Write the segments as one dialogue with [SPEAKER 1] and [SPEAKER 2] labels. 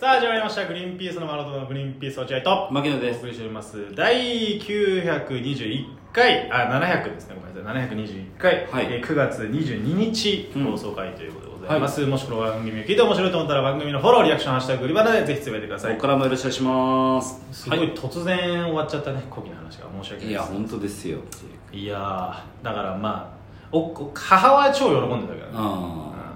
[SPEAKER 1] さあ始まりました「グリーンピースの丸太のグリーンピース落合」と
[SPEAKER 2] 牧野で
[SPEAKER 1] お
[SPEAKER 2] す
[SPEAKER 1] 送りしております第921回あ700ですねごめんなさい721回、
[SPEAKER 2] はい
[SPEAKER 1] えー9月22日
[SPEAKER 2] うん
[SPEAKER 1] 放送回ということでございます、もしこの番組を聞いて面白いと思ったら番組のフォローリアクション「ハッシュタググリバナ」でぜひつぶやいてください
[SPEAKER 2] 僕からもよろしくお願いします
[SPEAKER 1] すごい突然終わっちゃったねコキの話が申し訳
[SPEAKER 2] はい、
[SPEAKER 1] ない
[SPEAKER 2] い
[SPEAKER 1] で
[SPEAKER 2] や
[SPEAKER 1] す
[SPEAKER 2] 本当ですよ
[SPEAKER 1] いやーだからまあおお母は超喜んでたけどね
[SPEAKER 2] あ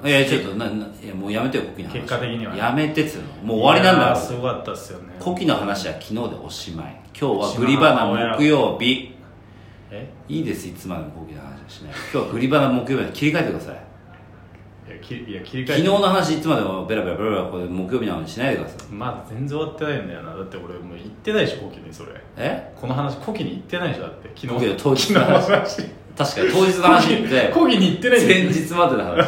[SPEAKER 1] う
[SPEAKER 2] あ
[SPEAKER 1] ん
[SPEAKER 2] いやちょっとなないやもうやめてよコキの話
[SPEAKER 1] 結果的には
[SPEAKER 2] やめてっつうのもう終わりなん
[SPEAKER 1] いや
[SPEAKER 2] だ
[SPEAKER 1] ー
[SPEAKER 2] か
[SPEAKER 1] す
[SPEAKER 2] ら
[SPEAKER 1] ごかったっすよね
[SPEAKER 2] コキの話は昨日でおしまい今日はグリバナ木曜日
[SPEAKER 1] え
[SPEAKER 2] いいですいつまでもコキの話はしない今日はグリバナ木曜日に切り替えてください
[SPEAKER 1] いやきいや切り替え
[SPEAKER 2] 昨日の話いつまでもベラベラベラベラこれ木曜日なのにしないでください
[SPEAKER 1] まだ全然終わってないんだよなだって俺もう行ってないしコキにそれ
[SPEAKER 2] え
[SPEAKER 1] この話コキに行ってないでしょだって昨日
[SPEAKER 2] コキの当日の
[SPEAKER 1] 昨日話
[SPEAKER 2] 話確かに当日の話 って
[SPEAKER 1] コキに行ってないんだよ
[SPEAKER 2] 前日までの話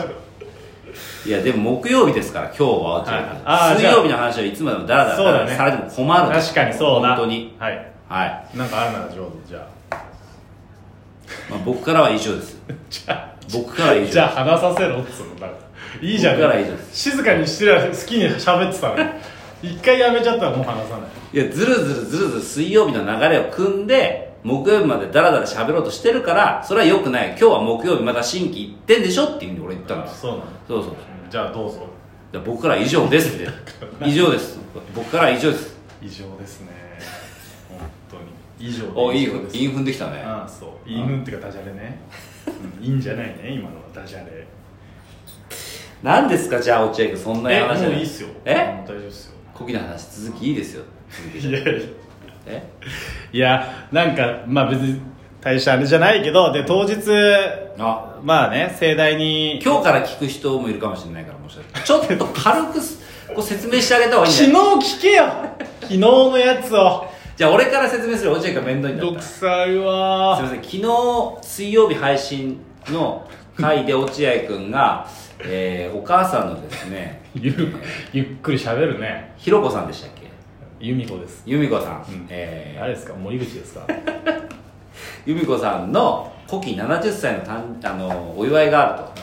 [SPEAKER 2] いやでも木曜日ですから今日はということで
[SPEAKER 1] はいあー
[SPEAKER 2] 水曜日の話はいつまでもダラダラ
[SPEAKER 1] そうだね
[SPEAKER 2] されても困ると
[SPEAKER 1] 確かにそうだ
[SPEAKER 2] 本当に
[SPEAKER 1] はい
[SPEAKER 2] はい、
[SPEAKER 1] なんかあるなら上手じゃあ
[SPEAKER 2] まあ、僕からは以上です
[SPEAKER 1] じゃ
[SPEAKER 2] 僕からは以
[SPEAKER 1] あ
[SPEAKER 2] 上
[SPEAKER 1] じゃあ話させろっつうのだからいいじゃん
[SPEAKER 2] 僕から以上です
[SPEAKER 1] 静かにしてりゃ好きに喋ってたのに一回やめちゃったらもう話さない
[SPEAKER 2] いやずるずるずるずる水曜日の流れを組んで木曜日までダラダラ喋ろうとしてるからそれは良くない今日は木曜日また新規行ってんでしょっていうふうに俺言ったんです
[SPEAKER 1] そうなの
[SPEAKER 2] そうそう
[SPEAKER 1] じゃあどうぞ
[SPEAKER 2] じゃあ僕からは以上ですって以上です僕からは以上です
[SPEAKER 1] 以上ですね本当に以上で
[SPEAKER 2] おいい
[SPEAKER 1] 以
[SPEAKER 2] よ
[SPEAKER 1] 上です
[SPEAKER 2] 韻踏んできたね
[SPEAKER 1] ああそう言いぬっていうかダジャレ ね、うん、いいんじゃないね今のはダジャレ
[SPEAKER 2] 何ですかじゃあ落合君そんな
[SPEAKER 1] え
[SPEAKER 2] 話じ
[SPEAKER 1] も
[SPEAKER 2] ゃ
[SPEAKER 1] う
[SPEAKER 2] ない
[SPEAKER 1] いっすよ
[SPEAKER 2] え
[SPEAKER 1] うん大丈夫っすよ
[SPEAKER 2] コキの話続きいいですよ続け
[SPEAKER 1] い
[SPEAKER 2] ちゃ
[SPEAKER 1] や
[SPEAKER 2] うえ
[SPEAKER 1] いやなんかまあ別に大したあれじゃないけどで当日
[SPEAKER 2] あ
[SPEAKER 1] まあね盛大に
[SPEAKER 2] 今日から聞く人もいるかもしれないからもしかしたらちょっと軽くすこう説明してあげた方がいいんじ
[SPEAKER 1] 昨
[SPEAKER 2] ゃ
[SPEAKER 1] 日
[SPEAKER 2] ない
[SPEAKER 1] 聞けよ昨日のやつを
[SPEAKER 2] じゃあ俺から説明する落合君が面倒になっ
[SPEAKER 1] 独
[SPEAKER 2] たす
[SPEAKER 1] 裁
[SPEAKER 2] いま
[SPEAKER 1] は
[SPEAKER 2] せん昨日水曜日配信の回で落合君が、えー、お母さんのですね
[SPEAKER 1] ゆるゆっくり喋るね
[SPEAKER 2] ひろこさんでしたっけ
[SPEAKER 1] 由美子です
[SPEAKER 2] 由美子さん、
[SPEAKER 1] うん
[SPEAKER 2] えー
[SPEAKER 1] あれですか森口ですか
[SPEAKER 2] 由美子さんの古希70歳の誕あのお祝いがある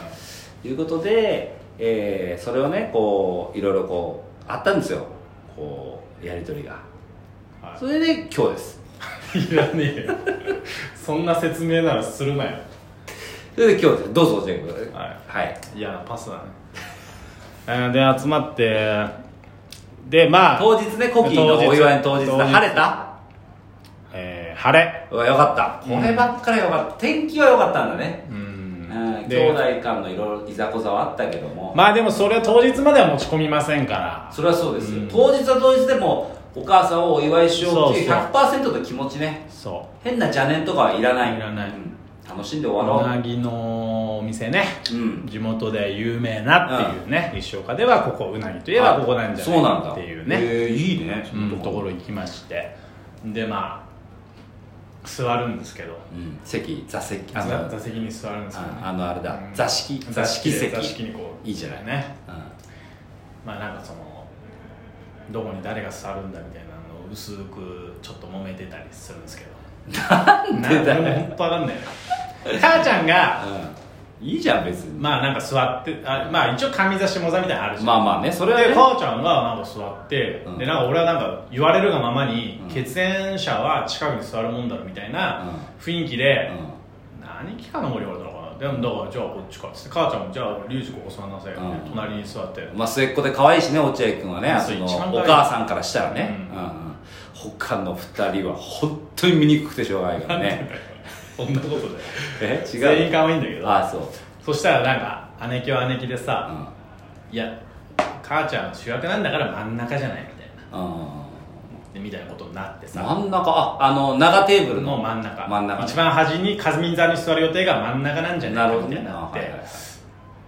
[SPEAKER 2] ということで、えーそれをねこういろいろこうあったんですよこうやり取りが
[SPEAKER 1] はい
[SPEAKER 2] それで今日です
[SPEAKER 1] いらねえよそんな説明ならするなよ
[SPEAKER 2] それで今日ですどうぞ教えてください
[SPEAKER 1] はい
[SPEAKER 2] はい
[SPEAKER 1] 嫌なパスだねあーで集まってでまあ、
[SPEAKER 2] 当日ね古希のお祝いの当日
[SPEAKER 1] 当
[SPEAKER 2] だ
[SPEAKER 1] 日
[SPEAKER 2] 晴れた
[SPEAKER 1] えー、晴れ
[SPEAKER 2] うわよかったこればっかりよかった天気はよかったんだね
[SPEAKER 1] う
[SPEAKER 2] うん
[SPEAKER 1] ん
[SPEAKER 2] 兄
[SPEAKER 1] で
[SPEAKER 2] 弟間のいろいろいざこざはあったけども、
[SPEAKER 1] まあでもそれは当日までは持ち込みませんから
[SPEAKER 2] それはそうですよ、
[SPEAKER 1] うん
[SPEAKER 2] 当日は当日でもお母さんをお祝いしようっていう
[SPEAKER 1] そう
[SPEAKER 2] 100%の気持ちね
[SPEAKER 1] そ
[SPEAKER 2] 変な邪念とかはいらない
[SPEAKER 1] いらない
[SPEAKER 2] うん楽しんで
[SPEAKER 1] うう
[SPEAKER 2] 終わろ
[SPEAKER 1] なぎのお店ね
[SPEAKER 2] ううん
[SPEAKER 1] 地元で有名なっていうね一生岡ではここうなぎといえばここなんじゃ
[SPEAKER 2] そうなん
[SPEAKER 1] ない
[SPEAKER 2] だ
[SPEAKER 1] っていうね
[SPEAKER 2] へえいいね
[SPEAKER 1] うんところ行きましてでまあ座るんですけど
[SPEAKER 2] うん席座席あ
[SPEAKER 1] 座
[SPEAKER 2] の
[SPEAKER 1] 座席に座るんですよね
[SPEAKER 2] ああのあれだ
[SPEAKER 1] うん
[SPEAKER 2] 座敷
[SPEAKER 1] 座敷で
[SPEAKER 2] 座敷席
[SPEAKER 1] 座敷にこう
[SPEAKER 2] いいじゃない
[SPEAKER 1] ね
[SPEAKER 2] うん
[SPEAKER 1] まあなんかそのどこに誰が座るんだみたいなのを薄くちょっと揉めてたりするんですけどなん
[SPEAKER 2] でだよ
[SPEAKER 1] 俺も本当わかんない母ちゃんが
[SPEAKER 2] うんいいじゃん別に
[SPEAKER 1] まあなんか座ってあまあ一応上座下座みたいなのあるじゃん、
[SPEAKER 2] まあまあねそれは
[SPEAKER 1] で
[SPEAKER 2] ね
[SPEAKER 1] 母ちゃんがなんか座って、
[SPEAKER 2] うん
[SPEAKER 1] でなんか俺はなんか言われるがままに、
[SPEAKER 2] うん
[SPEAKER 1] 血縁者は近くに座るもんだろみたいな雰囲気で、何期間の森俺だろうかなでもだからじゃあこっちかっつって母ちゃんもじゃあ龍二ここ座んなさいよ、
[SPEAKER 2] うん
[SPEAKER 1] 隣に座って、
[SPEAKER 2] うんまあ末っ子で可愛いしね落合君はね
[SPEAKER 1] そ
[SPEAKER 2] そうの
[SPEAKER 1] 一番可
[SPEAKER 2] お
[SPEAKER 1] 愛い
[SPEAKER 2] 母さんからしたらね
[SPEAKER 1] う
[SPEAKER 2] うんんうん他の二人は本当に醜くてしょうがないからね
[SPEAKER 1] そんなことで
[SPEAKER 2] え
[SPEAKER 1] 全員
[SPEAKER 2] 違う
[SPEAKER 1] 可愛いんだけど
[SPEAKER 2] ああそう
[SPEAKER 1] そしたらなんか姉貴は姉貴で
[SPEAKER 2] う
[SPEAKER 1] さ
[SPEAKER 2] ん
[SPEAKER 1] 「いや母ちゃん主役なんだから真ん中じゃない」みたいな
[SPEAKER 2] うん
[SPEAKER 1] でみたいなことになってさ
[SPEAKER 2] 真ん中ああの長テーブル
[SPEAKER 1] の
[SPEAKER 2] の
[SPEAKER 1] 真ん中
[SPEAKER 2] 真ん中
[SPEAKER 1] 一番端にカズミン座に座る予定が真ん中なんじゃない
[SPEAKER 2] な
[SPEAKER 1] か
[SPEAKER 2] る
[SPEAKER 1] みたい
[SPEAKER 2] ほどね
[SPEAKER 1] になって、
[SPEAKER 2] あはいはいはい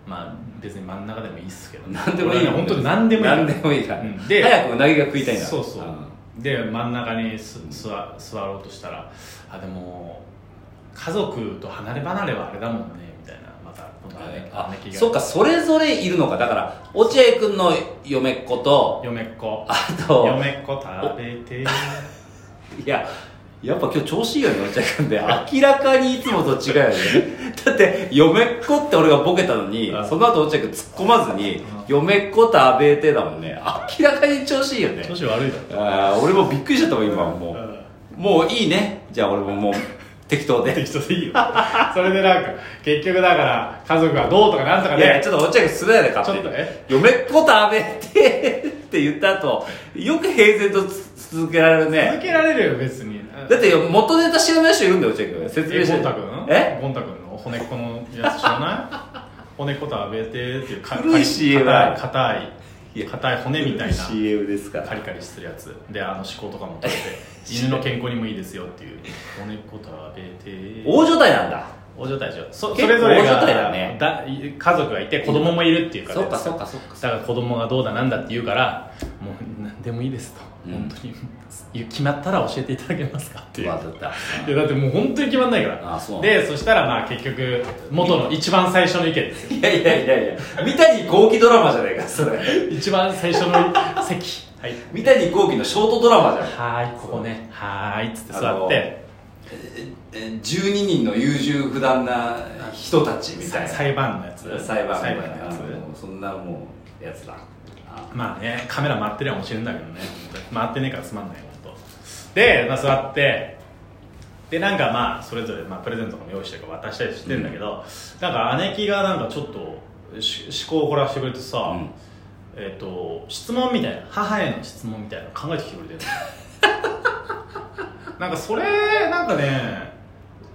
[SPEAKER 1] まあ別に真ん中でもいいっすけど
[SPEAKER 2] 何でもいい
[SPEAKER 1] 俺はね本当に何でもいい
[SPEAKER 2] 何でもいいから、
[SPEAKER 1] うんで
[SPEAKER 2] 早くうなぎが食いたいんだ
[SPEAKER 1] そうそう、
[SPEAKER 2] ん
[SPEAKER 1] で真ん中にす座座ろうとしたらあでも家族と離れ離れはあれだもんねみたいなまた姉
[SPEAKER 2] あ
[SPEAKER 1] 貴が
[SPEAKER 2] そっかそれぞれいるのかだから落合君の嫁っ子と
[SPEAKER 1] 嫁っ子
[SPEAKER 2] あと
[SPEAKER 1] 嫁っ子食べて
[SPEAKER 2] いややっぱ今日調子いいよね、お茶くん で。明らかにいつもと違うよね。だって、嫁っ子って俺がボケたのに
[SPEAKER 1] う、ん
[SPEAKER 2] その後お茶くん突っ込まずに
[SPEAKER 1] ん、
[SPEAKER 2] 嫁っ子と安倍てだもんね。明らかに調子いいよね。
[SPEAKER 1] 調子悪いだ
[SPEAKER 2] あー俺もびっくりしちゃったもん、今
[SPEAKER 1] ろ、
[SPEAKER 2] も
[SPEAKER 1] う
[SPEAKER 2] う。
[SPEAKER 1] ん
[SPEAKER 2] もういいね。じゃあ俺ももう、適当で。
[SPEAKER 1] 適当でいいよそれでなんか結局だから家族がどうとかなんとか
[SPEAKER 2] いや、
[SPEAKER 1] ね
[SPEAKER 2] ちょっとお茶が滑らないで勝手
[SPEAKER 1] ちょっとね
[SPEAKER 2] に。嫁っ子食べてって言った後、よく平然とつ続けられる
[SPEAKER 1] 続
[SPEAKER 2] ね。
[SPEAKER 1] けられるよ別に
[SPEAKER 2] だってよ元ネタ知らない人いるんだよ、お茶君。説明
[SPEAKER 1] え
[SPEAKER 2] して。
[SPEAKER 1] ゴンタ君
[SPEAKER 2] え
[SPEAKER 1] ゴンタ君の骨っこのやつ知らない 骨っことはべてっていうか
[SPEAKER 2] 古い CM
[SPEAKER 1] 硬い硬い
[SPEAKER 2] いや
[SPEAKER 1] 硬い骨みたいな
[SPEAKER 2] CM ですか
[SPEAKER 1] カリカリしてるやつであの思考とかも 取れて犬の健康にもいいですよっていう骨っことはべて
[SPEAKER 2] 大所帯なんだ。
[SPEAKER 1] 大状態でしょそ
[SPEAKER 2] 結
[SPEAKER 1] そ
[SPEAKER 2] 構
[SPEAKER 1] れぞれ
[SPEAKER 2] 大
[SPEAKER 1] が
[SPEAKER 2] 所帯だね
[SPEAKER 1] だい家族がいて子供もいるっていうから
[SPEAKER 2] そっかそっかそっか。
[SPEAKER 1] だから子供がどうだなんだって言うからもう何でもいいですと、
[SPEAKER 2] うん
[SPEAKER 1] 本当にいや決まったら教えていただけますかっていう、
[SPEAKER 2] まあだった。
[SPEAKER 1] いやだってもう本当に決まんないから
[SPEAKER 2] あそうなんだ
[SPEAKER 1] でそしたらまあ結局元の一番最初の意見ですよ
[SPEAKER 2] いやいやいやいや、三谷幸喜ドラマじゃないか、それ。
[SPEAKER 1] 一番最初の席はい
[SPEAKER 2] 三谷幸喜のショートドラマじゃん。
[SPEAKER 1] はーいここねはーいっつって
[SPEAKER 2] あ
[SPEAKER 1] 座
[SPEAKER 2] の
[SPEAKER 1] って
[SPEAKER 2] え12人の優柔不断な人たちみたい
[SPEAKER 1] さ
[SPEAKER 2] な。
[SPEAKER 1] 裁判のやつ
[SPEAKER 2] 裁判
[SPEAKER 1] 裁
[SPEAKER 2] み
[SPEAKER 1] 判
[SPEAKER 2] たい
[SPEAKER 1] の
[SPEAKER 2] な
[SPEAKER 1] やつ
[SPEAKER 2] もうそんなもうやつだあ
[SPEAKER 1] まあねカメラ回ってりゃ面白いんだけどね回ってねえからつまんないよほんとで、まあ、座ってでなんかまあそれぞれ、まあ、プレゼントとかも用意してるから渡したりしてんだけど、なんか姉貴がなんかちょっとし思考を凝らしてくれてさ、
[SPEAKER 2] うん
[SPEAKER 1] えっ、と質問みたいな母への質問みたいなの考えてきてくれてるなんかそれなんかね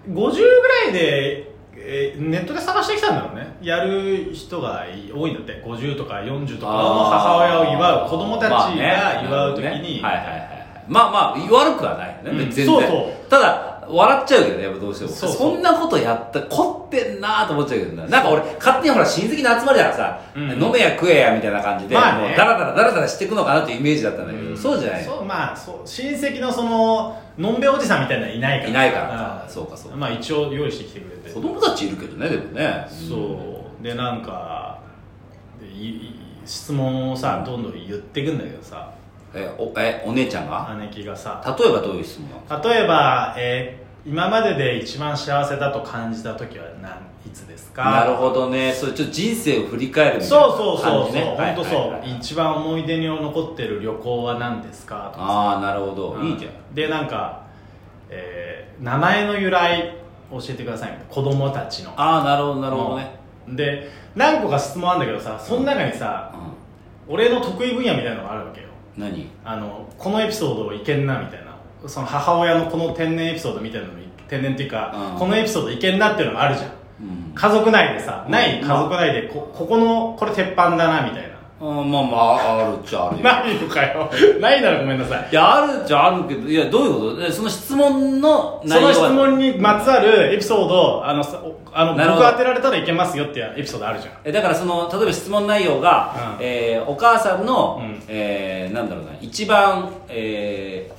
[SPEAKER 1] 50ぐらいで、えーネットで探してきたんだろうねやる人が多いんだって50とか40とかの母親を祝う子供たちが祝う時に、
[SPEAKER 2] まあねはいはいはいはいまあまあ悪くはないよね、
[SPEAKER 1] うん
[SPEAKER 2] 全然
[SPEAKER 1] そうそう
[SPEAKER 2] ただ笑っちゃうけどねやっぱどうしても
[SPEAKER 1] そうそう
[SPEAKER 2] そんなことやった凝ってんなーと思っちゃうけどななんか俺勝手にほら親戚の集まりだからさ、
[SPEAKER 1] うん
[SPEAKER 2] 飲めや食えやみたいな感じで、
[SPEAKER 1] まあね
[SPEAKER 2] もうダラダラダラダラしていくのかなっていうイメージだったんだけど、
[SPEAKER 1] うん
[SPEAKER 2] そうじゃない
[SPEAKER 1] そうまあそう親戚のそののんべおじさんみたいなのいないから
[SPEAKER 2] いないから
[SPEAKER 1] ん
[SPEAKER 2] そうかそうか
[SPEAKER 1] まあ一応用意してきてくれて
[SPEAKER 2] 子供たちいるけどねでもね
[SPEAKER 1] そうでなんかでいい質問をさどんどん言ってくんだけどさ
[SPEAKER 2] えおえお姉ちゃんが
[SPEAKER 1] 姉貴がさ
[SPEAKER 2] 例えばどういう質問なの
[SPEAKER 1] 例えば、えー今までで一番幸せだと感じた時は何いつですか
[SPEAKER 2] なるほどねそれちょっと人生を振り返るみたいな
[SPEAKER 1] そうそうそう
[SPEAKER 2] 感
[SPEAKER 1] そう、
[SPEAKER 2] じねはい
[SPEAKER 1] 本当そう、
[SPEAKER 2] はいはいはい
[SPEAKER 1] 一番思い出に残ってる旅行は何ですかとかさ
[SPEAKER 2] ああなるほど、いいじゃん
[SPEAKER 1] でなんか、えー名前の由来教えてくださいみたいな子供たちの
[SPEAKER 2] ああなるほどなるほどね、
[SPEAKER 1] で何個か質問あるんだけどさその中にさ、俺の得意分野みたいなのがあるわけよ
[SPEAKER 2] うん、何
[SPEAKER 1] あのこのエピソードいけんなみたいなその母親のこの天然エピソードみたいなのに天然っていうか、
[SPEAKER 2] うん
[SPEAKER 1] このエピソードいけんなっていうのがあるじゃん
[SPEAKER 2] うん
[SPEAKER 1] 家族内でさ
[SPEAKER 2] うん
[SPEAKER 1] ない家族内でこここのこれ鉄板だなみた いな
[SPEAKER 2] あーまあまああるっちゃあるよ
[SPEAKER 1] ないのかよ ないならごめんなさい
[SPEAKER 2] いやあるっちゃあるけどいやどういうことえその質問
[SPEAKER 1] そ
[SPEAKER 2] の内
[SPEAKER 1] の
[SPEAKER 2] 容は
[SPEAKER 1] 質問にまつわるエピソードあのさおあの
[SPEAKER 2] なるほ
[SPEAKER 1] 僕
[SPEAKER 2] ど
[SPEAKER 1] 当てられたらいけますよっていうエピソードあるじゃん
[SPEAKER 2] えだからその例えば質問内容が、
[SPEAKER 1] うん
[SPEAKER 2] えーお母さんの、
[SPEAKER 1] うん
[SPEAKER 2] えーなんだろうな一番、え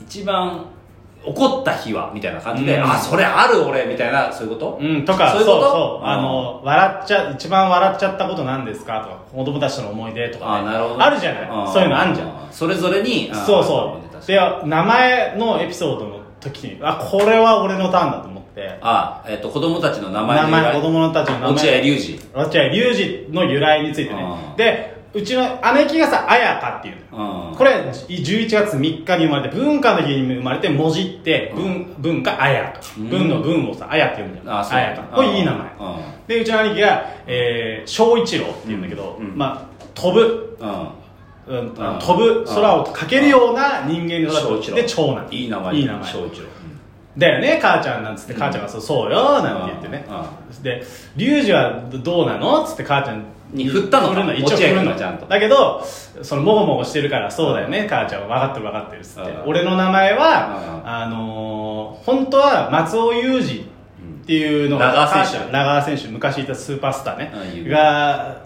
[SPEAKER 2] ー一番怒った日はみたいな感じで、
[SPEAKER 1] うん
[SPEAKER 2] あそれある俺みたいなそういうこと、
[SPEAKER 1] うん、とか、
[SPEAKER 2] そ
[SPEAKER 1] そう
[SPEAKER 2] いううこと
[SPEAKER 1] そう、
[SPEAKER 2] うん
[SPEAKER 1] あの、笑っちゃ、一番笑っちゃったことなんですかとか、子供たちとの思い出とか、
[SPEAKER 2] あ
[SPEAKER 1] ね、
[SPEAKER 2] なるほど
[SPEAKER 1] あるじゃないそういうのあんじゃん。
[SPEAKER 2] んそれぞれにあー
[SPEAKER 1] そう
[SPEAKER 2] 確か
[SPEAKER 1] そ
[SPEAKER 2] に
[SPEAKER 1] う。で、名前のエピソードの時に、あ、これは俺のターンだと思って、
[SPEAKER 2] あえっ、と子供たちの名前
[SPEAKER 1] 名前、子供たちの名
[SPEAKER 2] 落合
[SPEAKER 1] 前、
[SPEAKER 2] 隆二
[SPEAKER 1] 落合隆二の由来について
[SPEAKER 2] う
[SPEAKER 1] ね
[SPEAKER 2] ん。
[SPEAKER 1] で、うちの姉貴がさ、あやかっていうのよ
[SPEAKER 2] うん
[SPEAKER 1] これ11月3日に生まれて文化の日に生まれて文字って文,、文化あやと
[SPEAKER 2] うん
[SPEAKER 1] 文の文をさあやって読むじゃん
[SPEAKER 2] あそう
[SPEAKER 1] やとこれいい名前
[SPEAKER 2] うん
[SPEAKER 1] でうちの兄貴が、えー、小一郎っていうんだけど、
[SPEAKER 2] うんうん
[SPEAKER 1] まあ飛ぶ、
[SPEAKER 2] うん
[SPEAKER 1] うん、
[SPEAKER 2] ん
[SPEAKER 1] 飛ぶ空を駆けるような人間に育ってで長男
[SPEAKER 2] いい名前
[SPEAKER 1] いい名前
[SPEAKER 2] 翔一郎
[SPEAKER 1] だよね母ちゃんなんつって母ちゃんがそう,、そうよなんて言ってねで龍二はどうなのっつって母ちゃん
[SPEAKER 2] に振ったのか
[SPEAKER 1] 振る一応
[SPEAKER 2] 落合
[SPEAKER 1] 振る
[SPEAKER 2] 君
[SPEAKER 1] の
[SPEAKER 2] がちゃんと
[SPEAKER 1] だけどそのもごもごしてるからそうだよね母ちゃんは分かってる分かってるっつって
[SPEAKER 2] うん
[SPEAKER 1] 俺の名前は
[SPEAKER 2] うん
[SPEAKER 1] あのー本当は松尾雄二っていうのが
[SPEAKER 2] 長谷選手
[SPEAKER 1] 母ちゃん長谷選手昔いたスーパースタ
[SPEAKER 2] うん
[SPEAKER 1] ー
[SPEAKER 2] 有
[SPEAKER 1] ね
[SPEAKER 2] 名
[SPEAKER 1] が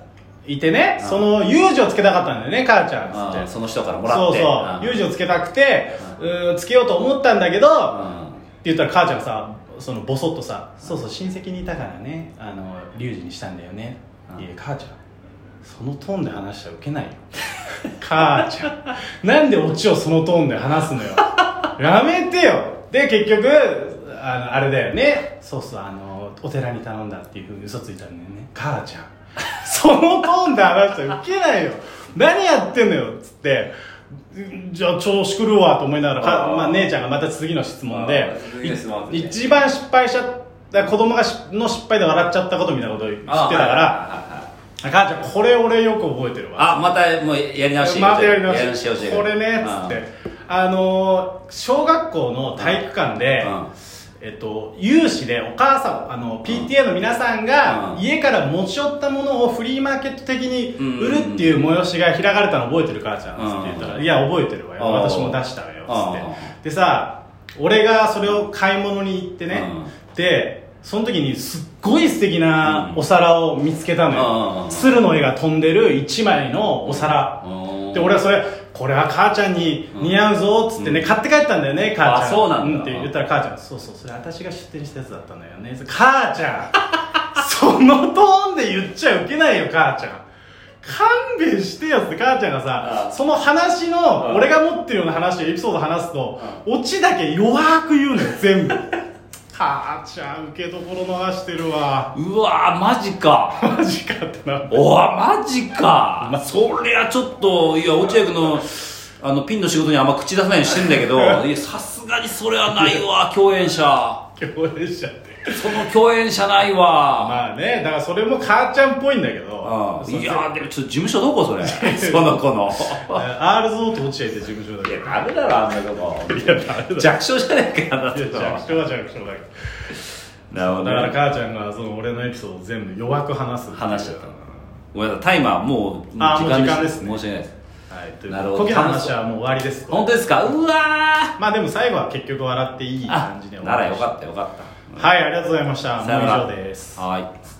[SPEAKER 1] いてね
[SPEAKER 2] うん
[SPEAKER 1] その雄二をつけたかったんだよね母ちゃんっつ
[SPEAKER 2] うん
[SPEAKER 1] っ
[SPEAKER 2] うん
[SPEAKER 1] て
[SPEAKER 2] その人からもら
[SPEAKER 1] そ
[SPEAKER 2] っ
[SPEAKER 1] う
[SPEAKER 2] て
[SPEAKER 1] そう雄二をつけたくてうーんつけようと思ったんだけどって言ったら母ちゃんがさそのボソッとさ「そうそう親戚にいたからねあのリュウジにしたんだよね」
[SPEAKER 2] うん
[SPEAKER 1] いや母ちゃんそのトーンで話した らウケないよ母ちゃんなんでオチをそのトーンで話すのよやめてよで結局あのあれだよねそうそうあのお寺に頼んだっていうふうに嘘ついたんだよね母ちゃんそのトーンで話したらウケないよ何やってんのよっつってじゃあ調子狂うわと思いながらか
[SPEAKER 2] あー
[SPEAKER 1] まあ、姉ちゃんがまた次の質問
[SPEAKER 2] あ
[SPEAKER 1] で
[SPEAKER 2] ー次の質問
[SPEAKER 1] い一番失敗しちゃった子供がしの失敗で笑っちゃったことみたいなことを言ってたから、母ちゃんこれ俺よく覚えてるわ
[SPEAKER 2] あまたもうやり直し
[SPEAKER 1] またやり直し
[SPEAKER 2] ほしい
[SPEAKER 1] これねっつってあのー小学校の体育館で、
[SPEAKER 2] うん
[SPEAKER 1] えっと、有志でお母さんあの PTA の皆さんが
[SPEAKER 2] うん
[SPEAKER 1] 家から持ち寄ったものをフリーマーケット的に売るっていう催しが開かれたの覚えてる母ちゃんっつって言ったら「
[SPEAKER 2] うん
[SPEAKER 1] いや覚えてるわよ
[SPEAKER 2] うん
[SPEAKER 1] 私も出したわよ」っつって
[SPEAKER 2] う
[SPEAKER 1] でさ俺がそれを買い物に行ってね
[SPEAKER 2] う
[SPEAKER 1] でその時にすっごい素敵なお皿を見つけたの
[SPEAKER 2] う
[SPEAKER 1] よ
[SPEAKER 2] ん
[SPEAKER 1] 鶴の絵が飛んでる1枚のお皿
[SPEAKER 2] うん
[SPEAKER 1] で俺はそれこれは母ちゃんに似合うぞっつってね、
[SPEAKER 2] うん
[SPEAKER 1] 買って帰ったんだよね母ちゃん
[SPEAKER 2] あそうなんだ
[SPEAKER 1] って言ったら母ちゃんそうそうそれ私が出店したやつだったんだよね母ちゃん そのトーンで言っちゃいけないよ母ちゃん勘弁してよって母ちゃんが
[SPEAKER 2] あ
[SPEAKER 1] さ
[SPEAKER 2] あ
[SPEAKER 1] その話
[SPEAKER 2] ああ
[SPEAKER 1] の俺が持ってるような話エピソード話すと
[SPEAKER 2] あ
[SPEAKER 1] オチだけ弱く言うのよ全部母ちゃん受けどころ逃してるわ
[SPEAKER 2] うわーマジか
[SPEAKER 1] マジかってな
[SPEAKER 2] おわマジか、そりゃちょっといや落合君のあのピンの仕事にあんま口出さないようにしてんだけどいやさすがにそれはないわ共演者
[SPEAKER 1] 共演者って
[SPEAKER 2] その共演者ないわ
[SPEAKER 1] まあね、だからそれも母ちゃんっぽいんだけど、
[SPEAKER 2] うんいやーでもちょっと事務所どこそれその子の
[SPEAKER 1] アールズオート落ちちゃいて事務所だけど。
[SPEAKER 2] ダメだろあんなとこ
[SPEAKER 1] いや、ダメだ。
[SPEAKER 2] 弱小じゃねえかあんなと
[SPEAKER 1] 弱
[SPEAKER 2] こ
[SPEAKER 1] 小は弱小だけど。
[SPEAKER 2] なる
[SPEAKER 1] だ
[SPEAKER 2] ほど
[SPEAKER 1] か
[SPEAKER 2] ね
[SPEAKER 1] ら母ちゃんがその俺のエピソードを全部弱く話すっていう。
[SPEAKER 2] 話しちゃったごめんなさいタイマーもう
[SPEAKER 1] あーもう時間ですね
[SPEAKER 2] 申し訳ないです
[SPEAKER 1] はい、という
[SPEAKER 2] なるほど
[SPEAKER 1] こきの話はもう終わりです。
[SPEAKER 2] 本当ですかうわ
[SPEAKER 1] まあでも最後は結局笑っていい
[SPEAKER 2] ー
[SPEAKER 1] 感じで終
[SPEAKER 2] な
[SPEAKER 1] わ
[SPEAKER 2] ら
[SPEAKER 1] り
[SPEAKER 2] よ
[SPEAKER 1] ました
[SPEAKER 2] かったよかった
[SPEAKER 1] はい、ありがとうございました。もう
[SPEAKER 2] さよなら
[SPEAKER 1] 以上です。
[SPEAKER 2] はい